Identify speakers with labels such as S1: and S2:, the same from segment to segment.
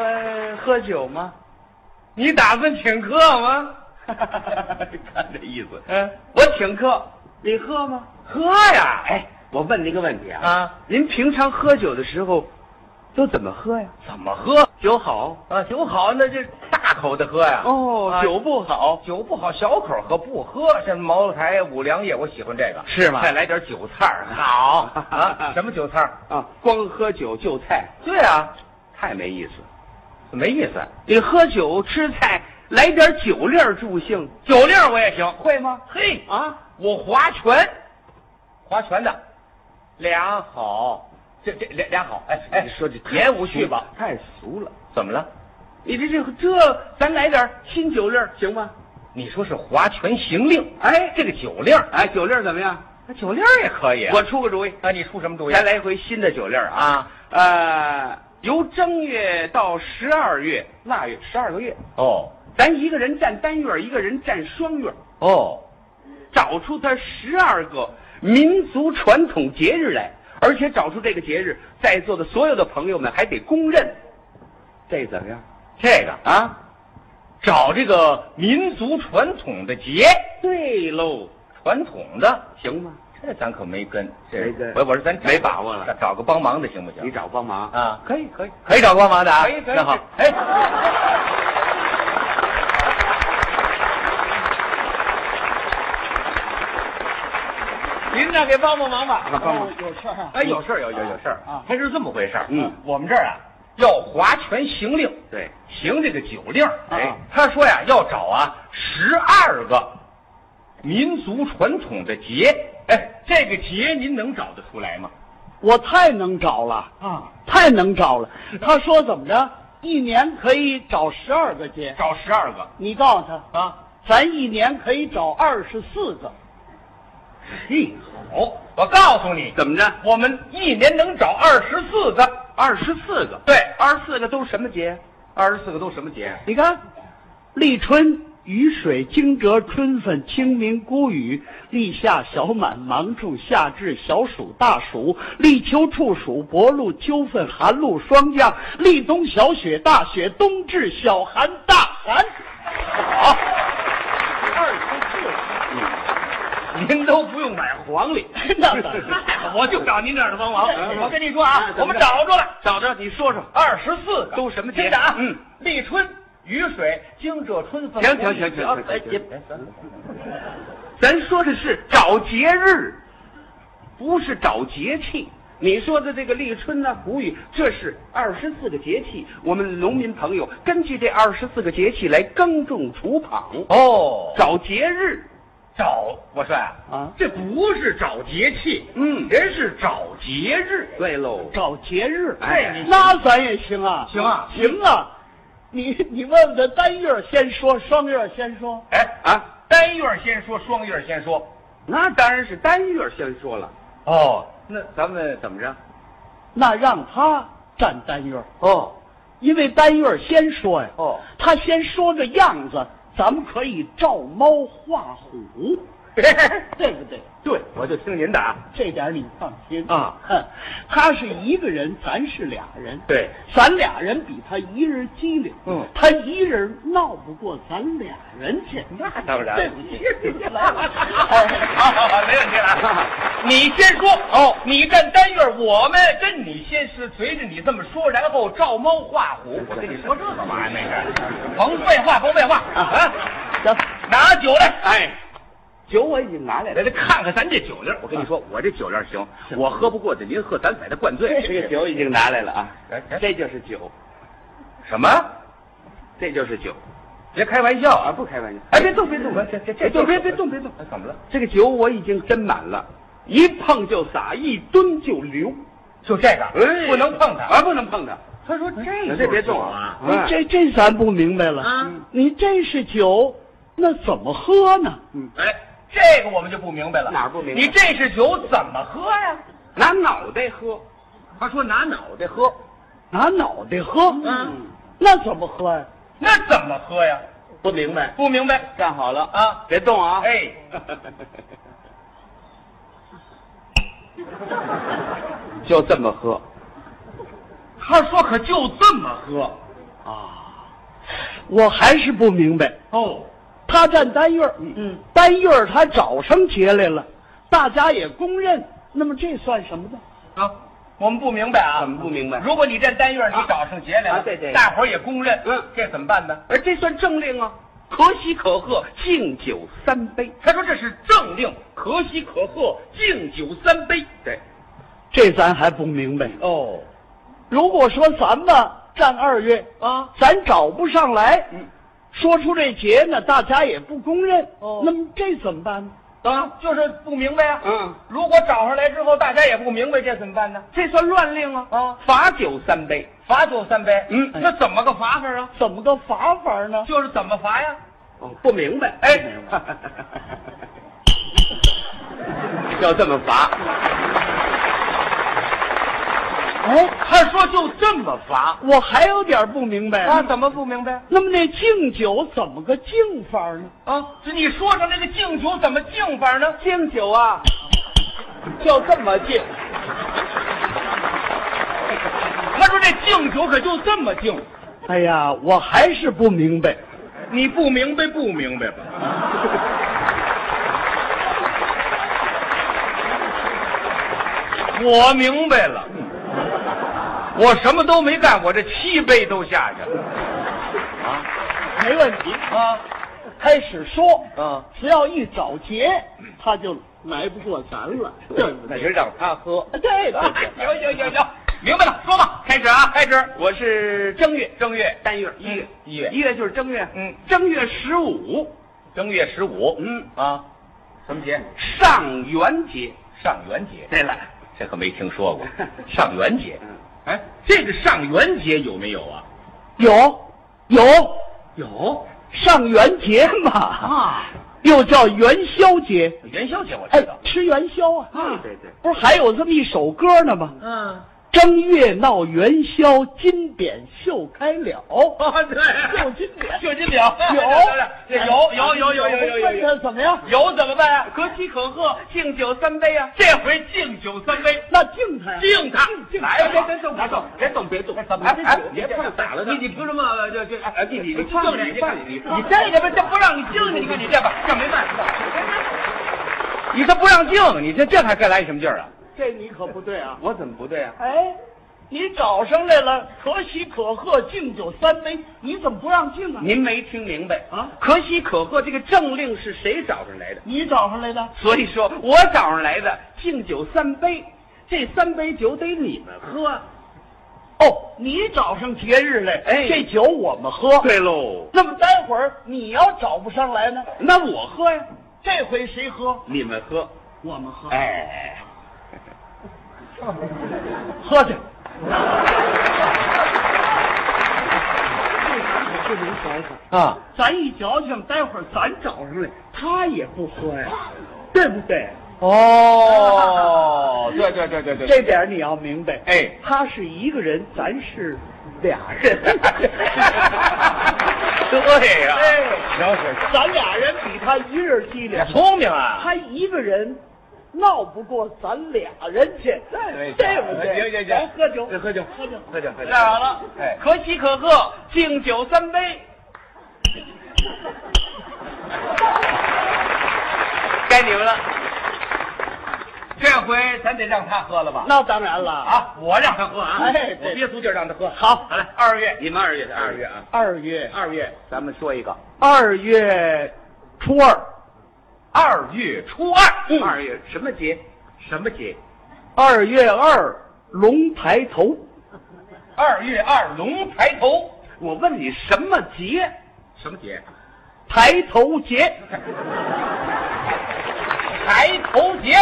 S1: 呃喝酒吗？
S2: 你打算请客吗？
S1: 看这意思，
S2: 嗯，
S1: 我请客，你喝吗？
S2: 喝呀！
S1: 哎，我问您个问题啊，
S2: 啊，
S1: 您平常喝酒的时候都怎么喝呀？
S2: 怎么喝
S1: 酒好
S2: 啊？酒好那就大口的喝呀。
S1: 哦，
S2: 啊
S1: 酒不好
S2: 酒不好，小口喝不喝。像茅台呀、五粮液，我喜欢这个。
S1: 是吗
S2: 再来点韭菜儿好啊？什么韭菜儿？
S1: 啊，光喝酒就菜
S2: 对啊，
S1: 太没意思。
S2: 没意思。
S1: 你喝酒吃菜，来点酒粒儿助兴，
S2: 酒令我也行。
S1: 会吗？
S2: 嘿，
S1: 啊，
S2: 我划拳，划拳的，俩好，这这俩俩好。哎哎，
S1: 你说这太
S2: 言无序吧
S1: 俗？太俗了。
S2: 怎么了？
S1: 你这这这，咱来点新酒粒儿行吗？
S2: 你说是划拳行令？
S1: 哎
S2: 这个酒令儿，
S1: 哎，酒粒儿怎么样？
S2: 酒令儿也可以啊。
S1: 我出个主意，
S2: 啊，你出什么主意？
S1: 咱来一回新的酒粒儿啊。
S2: 啊！
S1: 呃，由正月到十二月，腊月十二个月，
S2: 哦
S1: 咱一个人占单月，一个人占双月，
S2: 哦，
S1: 找出它十二个民族传统节日来，而且找出这个节日，在座的所有的朋友们还得公认，这怎么样
S2: 这个
S1: 啊？
S2: 找这个民族传统的节，
S1: 对喽，
S2: 传统的，
S1: 行吗？
S2: 这咱可没跟，这
S1: 没跟
S2: 我我说咱找
S1: 没把握了
S2: 找找个帮忙的行不行？
S1: 你找帮忙
S2: 啊
S1: 可以可以，
S2: 可以找帮忙的啊，
S1: 可以可以
S2: 那好，哎，您呢给帮帮忙吧，
S1: 帮忙。
S3: 有事儿啊
S2: 哎，有事儿有有有事儿
S3: 啊
S2: 它是这么回事儿，
S1: 嗯
S2: 我们这儿啊要划拳行令，
S1: 对，
S2: 行这个酒令儿，
S3: 啊
S2: 他说呀要找啊十二个民族传统的节，哎，这个节您能找得出来吗？
S3: 我太能找了
S2: 啊，
S3: 太能找了。他说怎么着，一年可以找十二个节，
S2: 找十二个
S3: 你告诉他，
S2: 啊，
S3: 咱一年可以找二十四个。
S1: 嘿，
S2: 哦，我告诉你，
S1: 怎么着？
S2: 我们一年能找二十四个，
S1: 二十四个，
S2: 对
S1: 二十四个都什么节？二十四个都什么节？
S3: 你看，立春、雨水、惊蛰、春分、清明、谷雨、立夏、小满、芒种、夏至、小暑、大暑、立秋、处暑、薄露、秋分、寒露、霜降、立冬、小雪、大雪、冬至、小寒、大寒。
S2: 好，
S3: 二十四个。
S1: 嗯
S2: 您都不用买黄 历
S3: 那当 然
S2: 我就找您这样的帮忙
S1: 嗯。
S2: 我跟你说啊
S1: 嗯，
S2: 我们找着了，
S1: 找着，你说说。
S2: 二十四个
S1: 都什么节
S2: 听着啊，
S1: 嗯，
S2: 立春、雨水、惊蛰、春分。
S1: 行行行行
S2: 哎
S1: 行
S2: 也
S1: 咱说的是找节日，不是找节气。你说的这个立春呐、谷雨，这是二十四个节气。我们农民朋友根据这二十四个节气来耕种除耙，
S2: 哦，
S1: 找节日。
S2: 找我说呀，
S3: 啊
S2: 这不是找节气，
S1: 嗯
S2: 人是找节日。
S1: 对喽，
S3: 找节日，
S1: 哎
S3: 对那咱也行啊，
S2: 行啊
S1: 嗯
S3: 行啊，你你问问他单月先说，双月先说，
S2: 哎
S1: 啊，
S2: 单月先说，双月先说。
S1: 那当然是单月先说了。
S2: 哦，
S1: 那咱们怎么着？
S3: 那让他占单月，
S1: 哦，
S3: 因为单月先说呀，
S1: 哦，
S3: 他先说这样子，咱们可以照猫画虎，
S2: 哎
S3: 对不对？
S1: 对，我就听您的啊。
S3: 这点你放心
S1: 啊
S3: 哼 他是一个人，咱是俩人，
S1: 对，
S3: 咱俩人比他一人机灵，
S1: 嗯
S3: 他一人闹不过咱俩人去，
S1: 那当然
S3: 对 不 起，来吧，哎
S2: 好好好，没问题了。你先说哦，你站单月，我们跟你先是随着你这么说，然后照猫画虎。我跟你说这干嘛呀？那是，甭废话，甭废话啊！
S3: 行，
S2: 拿酒来，
S1: 哎，酒我已经拿来
S2: 来。
S1: 了
S2: 来看看咱这酒量。我跟你说，我这酒量行，我喝不过去，您喝，咱把他灌 醉。
S1: 这个酒已经拿来了啊
S2: 哎哎，
S1: 这就是酒，
S2: 什么？
S1: 这就是酒
S2: 别开玩笑啊！
S1: 啊！不开玩笑，嗯
S2: 哎，别动，别动，这这这
S1: 别动，别别动，别动！
S2: 怎么了？
S1: 这个酒我已经斟满了，一碰就洒，一吨就流，
S2: 就这个，哎不能碰它。
S1: 啊，不能碰它。
S2: 他说这
S1: 这别动啊！
S2: 嗯
S3: 你
S1: 哎
S3: 这这咱不明白了
S2: 啊
S1: 嗯
S3: 你这是酒，那怎么喝呢？
S1: 嗯
S2: 哎，这个我们就不明白了，
S1: 哪儿不明白
S2: 你这是酒怎么喝呀？
S1: 拿脑袋喝，
S2: 他说拿脑袋喝，
S3: 拿脑袋喝，
S2: 嗯，
S3: 那怎么喝呀、
S2: 那怎么喝呀？
S1: 不明白？
S2: 不明白
S1: 站好了啊，
S2: 啊？
S1: 别动啊！
S2: 哎，
S1: 就这么喝
S2: 他说可就这么喝，
S1: 啊！
S3: 我还是不明白，
S2: 哦，
S3: 他占单月，
S1: 嗯，
S3: 单月儿他找上节来了，大家也公认，那么这算什么呢？
S2: 啊，我们不明白啊，
S1: 怎么不明白
S2: 如果你占单月，你找上节来了，
S1: 啊对对
S2: 大伙儿也公认，
S1: 嗯
S2: 这怎么办呢？
S1: 而这算政令啊，可喜可贺，敬酒三杯。
S2: 他说这是政令，可喜可贺，敬酒三杯。
S1: 对，
S3: 这咱还不明白。
S2: 哦，
S3: 如果说咱们占二月，
S2: 啊，
S3: 咱找不上来，说出这节呢，大家也不公认，
S2: 哦
S3: 那么这怎么办呢？
S2: 啊，就是不明白啊。
S1: 嗯，
S2: 如果找上来之后，大家也不明白，这怎么办呢？
S1: 这算乱令啊，
S2: 啊，
S1: 罚酒三杯。
S2: 罚酒三杯。哎
S1: 嗯
S2: 那怎么个罚法啊？
S3: 怎么个罚法呢？
S2: 就是怎么罚呀？
S1: 哦，不明白，
S2: 哎
S1: 不明白要这么罚，
S3: 哎，
S2: 他说就这么罚。
S3: 我还有点不明
S1: 嗯
S3: 白。
S2: 啊，怎么不明白
S3: 那么那敬酒怎么个敬法呢？
S2: 啊？这你说说那个敬酒怎么敬法呢？
S1: 敬酒啊，就这么敬。
S2: 他说这敬酒可就这么敬，
S3: 哎呀，我还是不明白。
S2: 你不明白不明白吧？我明白了，我什么都没干，我这七杯都下去了
S3: 没问题，
S2: 啊！
S3: 开始说，
S1: 嗯
S2: 啊，
S3: 只要一找节，他就来不过咱了，对不
S1: 那
S3: 对？
S1: 是让他喝。
S3: 对
S2: 行
S3: 的。
S2: 哎行行行，明白了，说吧，开始啊，开始。
S1: 我是正月，
S2: 正月
S1: 单月一月，
S2: 一月
S1: 一月就是正月，
S2: 嗯
S1: 正月十五，
S2: 正月十五，
S1: 嗯
S2: 啊，什么节？
S1: 上元节。
S2: 上元节。
S1: 对了，
S2: 这可没听 说过上元节
S1: 嗯。
S2: 哎，这个上元节有没有啊？
S3: 有有
S1: 有
S3: 上元节嘛，
S1: 啊，
S3: 又叫元宵节。
S2: 元宵节我
S3: 哎
S2: 知道，。
S3: 吃元宵啊！
S1: 对哎对对，
S3: 不是还有这么一首歌呢吗？
S2: 嗯，
S3: 正月闹元宵，金匾绣开了。
S2: 哦对，
S3: 绣金匏
S2: 绣金匏
S3: 有
S2: 有哎有有有有
S1: 哎
S2: 有有有
S3: 问他怎么样？
S2: 有怎么办啊？
S1: 可喜可贺，哦敬酒三杯啊。
S2: 这回敬酒三杯，
S3: 那啊敬他呀！
S2: 敬他来吧。
S1: 别动，别动，别动，别动！
S2: 怎么
S1: 哎哎，
S2: 别
S1: 别
S2: 碰
S1: 碰打了
S2: 你
S1: 你
S2: 你
S1: 你
S2: 凭
S1: 凭
S2: 什
S1: 什
S2: 么
S1: 么？
S2: 这这
S1: 这这
S2: 哎
S1: 你
S2: 你
S1: 你
S2: 你
S1: 你
S2: 放着你
S1: 你
S2: 放着
S1: 你
S2: 你这个吧，这不让你敬，你看你这吧，这没办法。你这不让敬，你这这还该来什么劲儿啊？
S3: 这你可不对啊！
S1: 我怎么不对啊？
S3: 哎，你找上来了，可喜可贺，敬酒三杯，你怎么不让敬啊？
S1: 您没听明白
S3: 啊
S1: 可喜可贺这个政令是谁找上来的？
S3: 你找上来的，
S1: 所以说我找上来的敬酒三杯，这三杯酒得你们喝啊。
S3: 哦，你找上节日来，
S1: 哎
S3: 这酒我们喝。
S1: 对喽，
S3: 那么待会儿你要找不上来呢，
S1: 那我喝呀，
S3: 这回谁喝？
S1: 你们喝。
S3: 我们喝。
S1: 哎，。
S3: 喝去。
S2: 啊，
S3: 咱一矫情，待会儿咱找上来，他也不喝呀，对不对？
S2: 哦，对对对对对，
S3: 这点儿你要明白。
S2: 哎
S3: 他是一个人，咱是俩 人
S1: 对呀
S3: 哎，
S2: 行行行
S3: 咱俩人比他一人机灵
S2: 也。聪明啊！
S3: 他一个人闹不过咱俩人去，对不对？
S2: 哎行行行，
S3: 咱喝酒，
S2: 喝酒，
S3: 喝酒，
S2: 喝酒，喝酒。
S1: 太好了，
S2: 哎
S1: 可喜可贺，敬酒三 杯。该你们了，
S2: 这回咱得让他喝了吧？
S3: 那当然了啊！
S2: 啊，我让他喝啊！
S3: 哎
S2: 我
S3: 对
S2: 憋足劲儿让他喝。
S3: 好
S2: 好嘞，二月，
S1: 你们二月的
S2: 二月啊，
S3: 二月，
S1: 二月咱们说一个，
S3: 二月初二，嗯
S2: 二月初二，
S1: 二月什么节？
S2: 什么节？
S3: 二月二龙抬头，
S2: 二月二龙抬头，
S1: 我问你什么节？
S2: 什么节？
S3: 抬头节。
S2: 抬头节。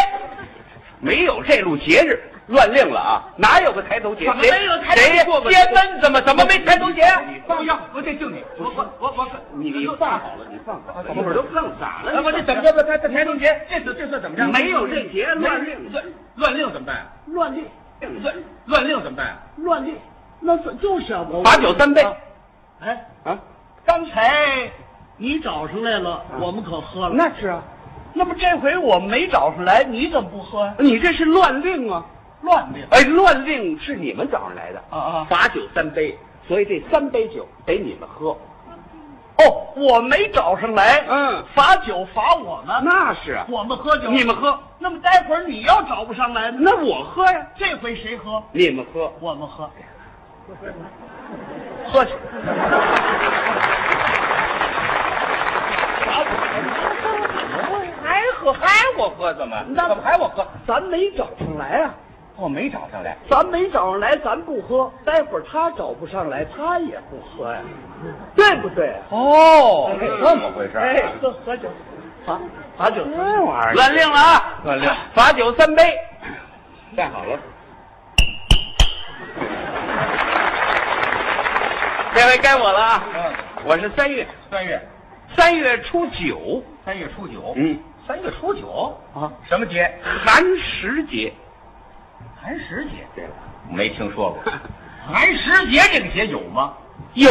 S1: 没有这路节日，乱令了啊！哪有个抬头节？
S2: 怎么没有抬头
S1: 谁
S2: 过吧
S1: 谁爷们怎么怎么没抬头节？
S2: 你放下，我得敬你。我我我我，
S1: 你你放好了，你放好了，一会儿都碰傻
S2: 哎
S1: 了。
S2: 我这怎么着？他他抬头节，这次这次怎么着？
S1: 没有这节乱令
S2: 乱乱令怎么办？
S3: 乱令，
S2: 乱乱令怎么办？
S3: 乱令，那是就是啊，我
S1: 罚酒三杯
S3: 哎，
S1: 啊？
S3: 刚才你找上来了，我们可喝了。
S1: 那是啊，
S3: 那么这回我没找上来，你怎么不喝呀？
S1: 你这是乱令啊！
S3: 乱令
S1: 哎，乱令是你们找上来的
S3: 啊啊
S1: 罚酒三杯，所以这三杯酒得你们喝。哦
S3: 我没找上来，
S1: 嗯
S3: 罚酒罚我们，
S1: 那是啊，
S3: 我们喝酒，
S1: 你们喝，
S3: 那么待会儿你要找不上来，
S1: 哎那我喝呀，
S3: 这回谁喝？
S1: 你们喝，
S3: 我们喝，喝去。
S2: 还喝还我喝怎么？
S3: 那
S2: 怎么还我喝？
S3: 咱没找上来啊，
S2: 我没找上来。
S3: 咱没找上来，咱不喝。待会儿他找不上来，他也不喝呀，对不对？
S2: 哦，这么回事儿啊？
S3: 哎，喝喝酒，罚罚酒。
S2: 这玩意儿
S1: 乱令了啊，
S2: 乱令
S1: 罚酒三杯，站好了。这回该我了啊！
S2: 嗯
S1: 我是三月，
S2: 三月，
S1: 三月初九，
S2: 三月初九，
S1: 嗯，
S2: 三月初九
S3: 啊，
S2: 什么节？
S1: 寒食节。
S2: 寒食节，对了，没听说过。 寒食节这个节有吗？
S3: 有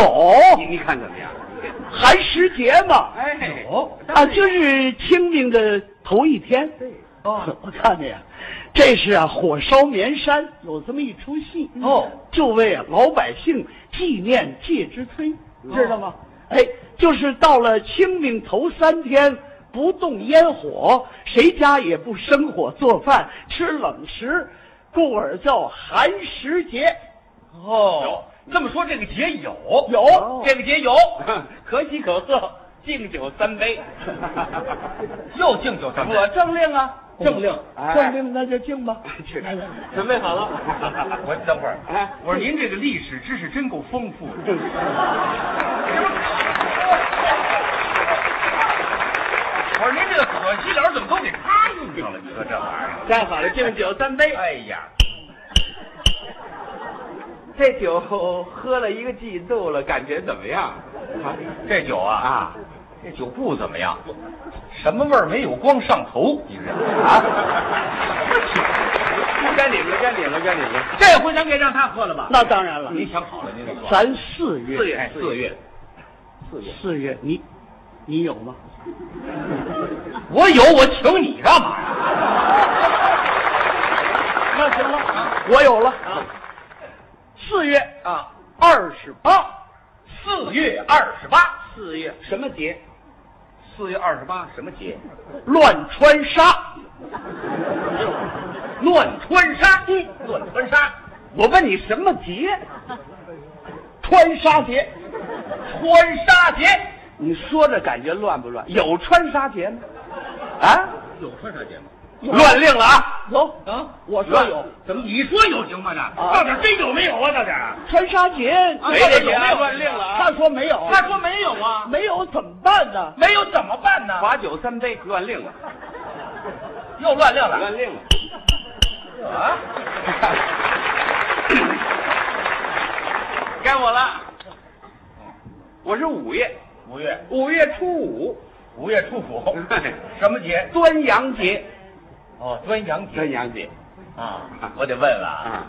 S1: 你你看怎 么样？
S3: 寒食节嘛，
S1: 哎
S2: 有
S3: 啊，就是清明的头一天。
S2: 哦
S3: 我看见呀，这是啊，火烧绵山有这么一出戏
S1: 嗯
S2: 哦，
S3: 就为啊老百姓纪念介之推，
S1: 哦
S3: 知道吗？哎，就是到了清明头三天。不动烟火，谁家也不生火做饭，吃冷食，故而叫寒食节。
S2: 哦，这么说这个节有哦
S3: 有
S2: 这个节有，
S1: 可喜可贺，敬酒三杯。
S2: 又敬酒三杯。
S1: 我正令啊，正令，
S3: 正令那就敬吧。
S1: 哎去，准备好了。
S2: 我等会儿
S1: 哎，
S2: 我说您这个历史知识真够丰富的。我说您这个可惜了怎么都给他用上了？你说这玩意儿，
S1: 站好了，敬酒三杯。
S2: 哎呀，
S1: 这酒喝了一个季度了，感觉怎么样？
S2: 这酒啊
S1: 啊，
S2: 这酒不怎么样，什么味儿没有，光上头，你这啊
S1: 该你们了，该你们了，该你们了。
S2: 这回咱给让他喝了吧？
S3: 那当然了，
S2: 你想好了，您再说。
S3: 咱四月，
S1: 嗯四月
S2: 哎四月，
S3: 四月，你你有吗？
S2: 我有，我请你干嘛呀？
S3: 那行了，我有了。四月
S1: 啊，
S3: 二十八，
S2: 四月二十八，
S1: 四月什么节？四月二十八什么节？
S3: 乱穿纱。
S2: 乱穿纱，
S3: 嗯
S2: 乱穿纱，
S1: 我问你什么 节？
S3: 穿纱节，
S2: 穿纱节，
S1: 你说这感觉乱不乱？有穿纱节吗？啊，
S2: 有穿纱节吗？
S1: 乱令了啊！
S3: 有
S2: 啊，
S3: 我说有，
S2: 怎么你说有行吗？这
S3: 啊
S2: 到底儿真有没有啊？到底儿
S3: 穿纱节，
S1: 没
S2: 这
S1: 这
S2: 节
S1: 节
S2: 啊
S1: 乱令了
S3: 他
S1: 啊！
S3: 说没有，
S2: 他说没有啊，
S3: 没有怎么办呢？
S2: 没有怎么办呢？
S1: 罚酒三杯，乱令了，
S2: 又乱令了
S1: 乱令了。
S2: 啊！
S1: 该我了。我是五月，
S2: 五月
S1: 五月初五，
S2: 五月初五
S1: 哎
S2: 什么节？
S1: 端阳节，
S2: 哦，端阳
S1: 端
S2: 节
S1: 阳节。
S2: 啊！我得问了
S1: 啊
S2: 啊！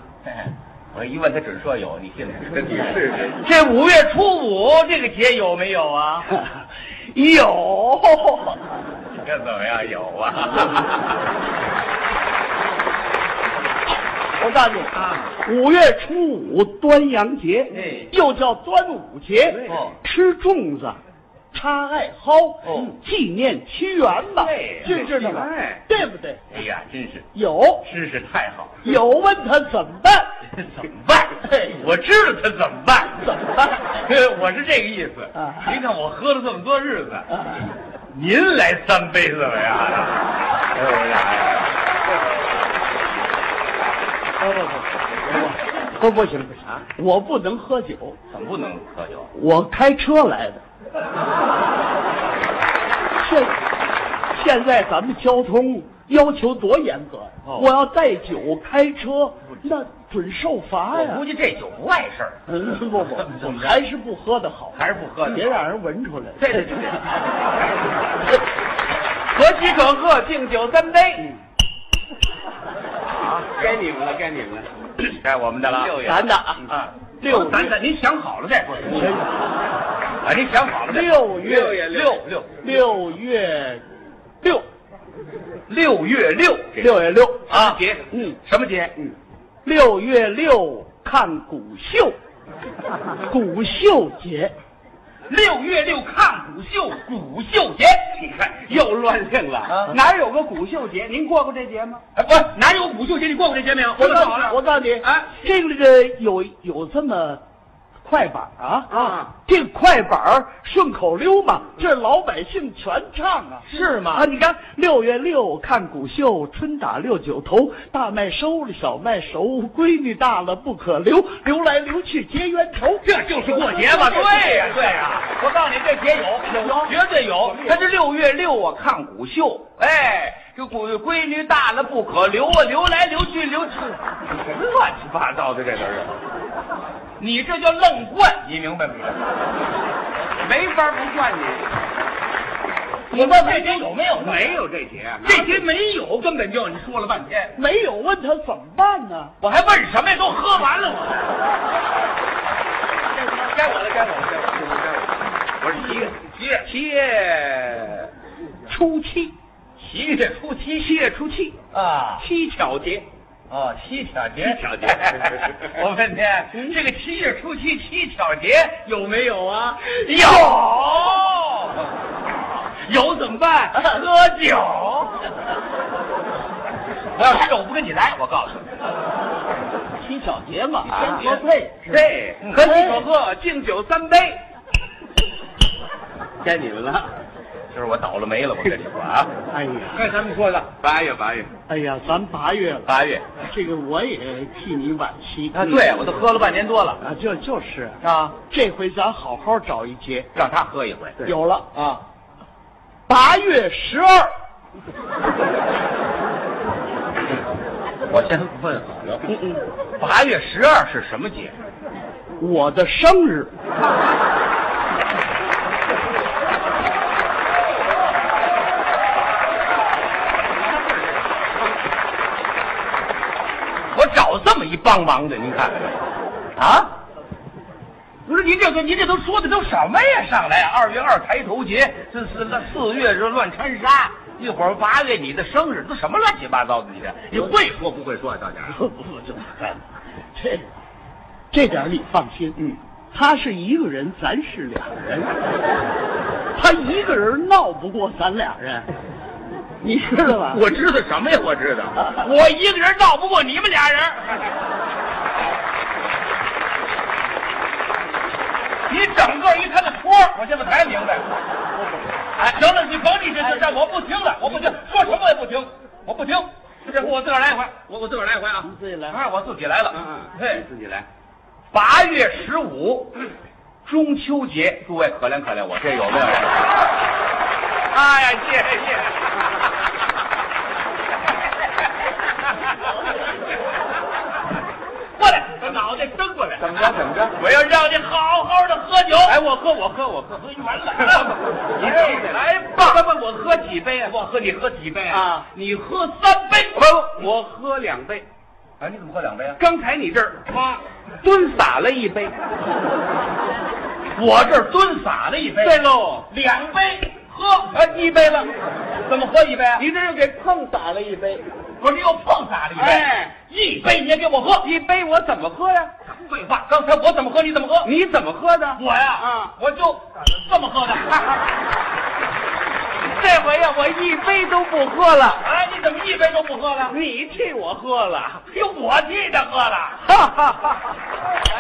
S2: 我一问他准说有，你信 不信？
S1: 你试试。
S2: 这五月初五这个节有没有 啊？
S3: 有，
S2: 这怎么样？有啊！
S1: 啊
S3: 我告诉你
S2: 啊，
S3: 五月初五端阳节
S2: 哎，
S3: 又叫端午节
S1: 对，
S2: 哦
S3: 吃粽子，插艾蒿
S2: 哦，
S3: 纪念屈原嘛
S2: 对，
S3: 这知道吗
S1: 哎？
S3: 对不对？
S2: 哎呀，真是
S3: 有
S2: 知识太好了。
S3: 有，问他怎么办？
S2: 怎么办？我知道他怎么办，
S3: 怎么办
S2: 我是这个意思。
S3: 啊
S2: 您看我喝了这么多日子，
S3: 啊
S2: 您来三杯怎么样？是不是啊？
S3: 不不行不行，我不能喝酒，
S2: 怎么不能喝酒？啊
S3: 我开车来的。现现在咱们交通要求多严格，
S2: 哦
S3: 我要带酒开车，那准受罚
S2: 我
S3: 哎呀
S2: 估。计这酒不碍事儿，
S3: 嗯，不 不，我们
S2: 哎
S3: 还是不喝的好，
S2: 还是不喝的好
S3: 别让人闻出来。
S2: 对对对
S1: 可喜可贺，敬酒三杯。
S3: 嗯
S1: 啊，该你们了，该你 们了。
S2: 该我们的了。
S1: 六月
S3: 咱的啊，
S2: 啊，
S3: 六月
S2: 咱的，您想好了再说。啊，您想好了再说。
S3: 六月
S1: 六月
S2: 六六
S3: 六月六，
S2: 六月六
S3: 六月六
S2: 啊
S1: 节
S3: 嗯，
S2: 什么节？
S1: 嗯，
S3: 六 月六看古秀，古秀节，
S2: 六月六抗古秀，古秀节，
S1: 你看又乱令了，
S2: 啊
S1: 哪有个古秀节？您过过这节吗？
S2: 哎，不是哪有古秀节？你过过这节没有？
S3: 我
S2: 都
S3: 告
S2: 说
S3: 诉
S2: 好
S3: 你，
S2: 了，
S3: 我告诉你
S2: 啊，
S3: 这个有有这么快板啊
S1: 啊，
S3: 这快板儿顺口溜嘛，这老百姓全唱啊。
S2: 是吗
S3: 啊，？你看六月六看谷秀，春打六九头，大麦收了小麦熟，闺女大了不可留，留来留去结冤仇。
S2: 这就是过节嘛，对呀、对呀、我告诉你，这节有
S3: 有
S2: 绝对有。他是六月六啊，看古秀，哎，这古闺女大了不可留啊，留来留去留去， 乱七八糟的这都是。 你这叫愣惯，你明白吗？
S1: 没法不算你，
S2: 你问这节有没有？
S1: 没，有这节，
S2: 这节没有，根本就你说了半天，
S3: 没有问他怎么办呢？
S2: 我还问什么呀？都喝完了我。该我了，该我了，该我了，该我了。我是七月，七月，
S1: 七月初七，
S2: 七月初七
S1: 七月初七，
S2: 啊。
S1: 七巧节，
S2: 哦，七巧嗯节，
S1: 七巧节
S2: 我问你，这个七月初七七巧节有没有啊？有，有怎么办？喝酒。 我要知道，我不跟你来。我告诉你，
S3: 七小节嘛，
S2: 啊
S3: 全国配。
S1: 对，喝几口
S2: 哎
S1: 喝，敬酒 三杯，该你们了。
S2: 就是我倒了霉了。我跟你说啊，
S3: 哎呀，
S2: 看咱们说的
S1: 八月，八月，
S3: 哎呀，咱八月了，
S2: 八月
S3: 这个我也替你惋惜。
S2: 啊，对我都喝了半年多了
S3: 啊，就就是，
S2: 啊，
S3: 这回咱好好找一节。
S2: 让他喝一回。
S3: 有了，
S2: 啊，
S3: 八月十二，
S2: 我先问好了，八月十二是什么节？
S3: 我的生日。
S2: 我找这么一帮忙的，您看，啊？不是您这个，您这都说的都什么呀？上来二月二抬头节，这是那四月是乱掺沙，一会儿八月你的生日，都什么乱七八糟的？你这你会说不会说啊？大家
S3: 不不不，这这点儿你放心。嗯，他是一个人，咱是俩人。他一个人闹不过咱俩 人，你知道吧？
S2: 我知道什么呀？我知 道，我一个人闹不过你们俩人。你整个一他的托儿，我现在才明白。哎，行了，你甭理这这这，我不听了，我不听，说什么也不听，我不听。这我自个儿来一回，我我自个儿来一回啊。
S3: 你自己来嗯
S2: 哎，我自己来了。嘿
S1: 你，自己来。
S2: 八月十五，
S3: 嗯
S2: 中秋节，诸位可怜可怜我，这有没有？ 哎呀，谢谢谢谢。过来，把脑袋伸过来。
S1: 怎么着怎么着
S2: 我要让你好好的喝酒。
S1: 哎，我喝，我喝，我喝。
S2: 喝完了， 你起来吧。
S1: 不不，我喝几杯啊？
S2: 我喝你喝几杯
S1: 啊
S2: 你喝三杯。
S1: 不，我喝两杯。
S2: 啊，你怎么喝两杯啊？
S1: 刚才你这儿啪蹲洒了一杯。
S2: 我这儿蹲洒了一杯。
S1: 对喽，
S2: 两杯喝，
S1: 啊，一杯了，
S2: 怎么喝一杯啊？
S1: 你这又给碰洒了一杯。
S2: 我这又碰洒了一杯，
S1: 哎
S2: 一杯你也给我喝。
S1: 一杯我怎么喝呀？
S2: 废话，刚才我怎么喝你怎么喝？
S1: 你怎么喝的？
S2: 我呀，
S1: 啊
S2: 我就这么喝的。
S1: 这回呀，我一杯都不喝了。
S2: 哎，你怎么一杯都不喝了？
S1: 你替我喝了，
S2: 哟，我替他喝了。
S1: 哈哈哈哈！
S2: 哎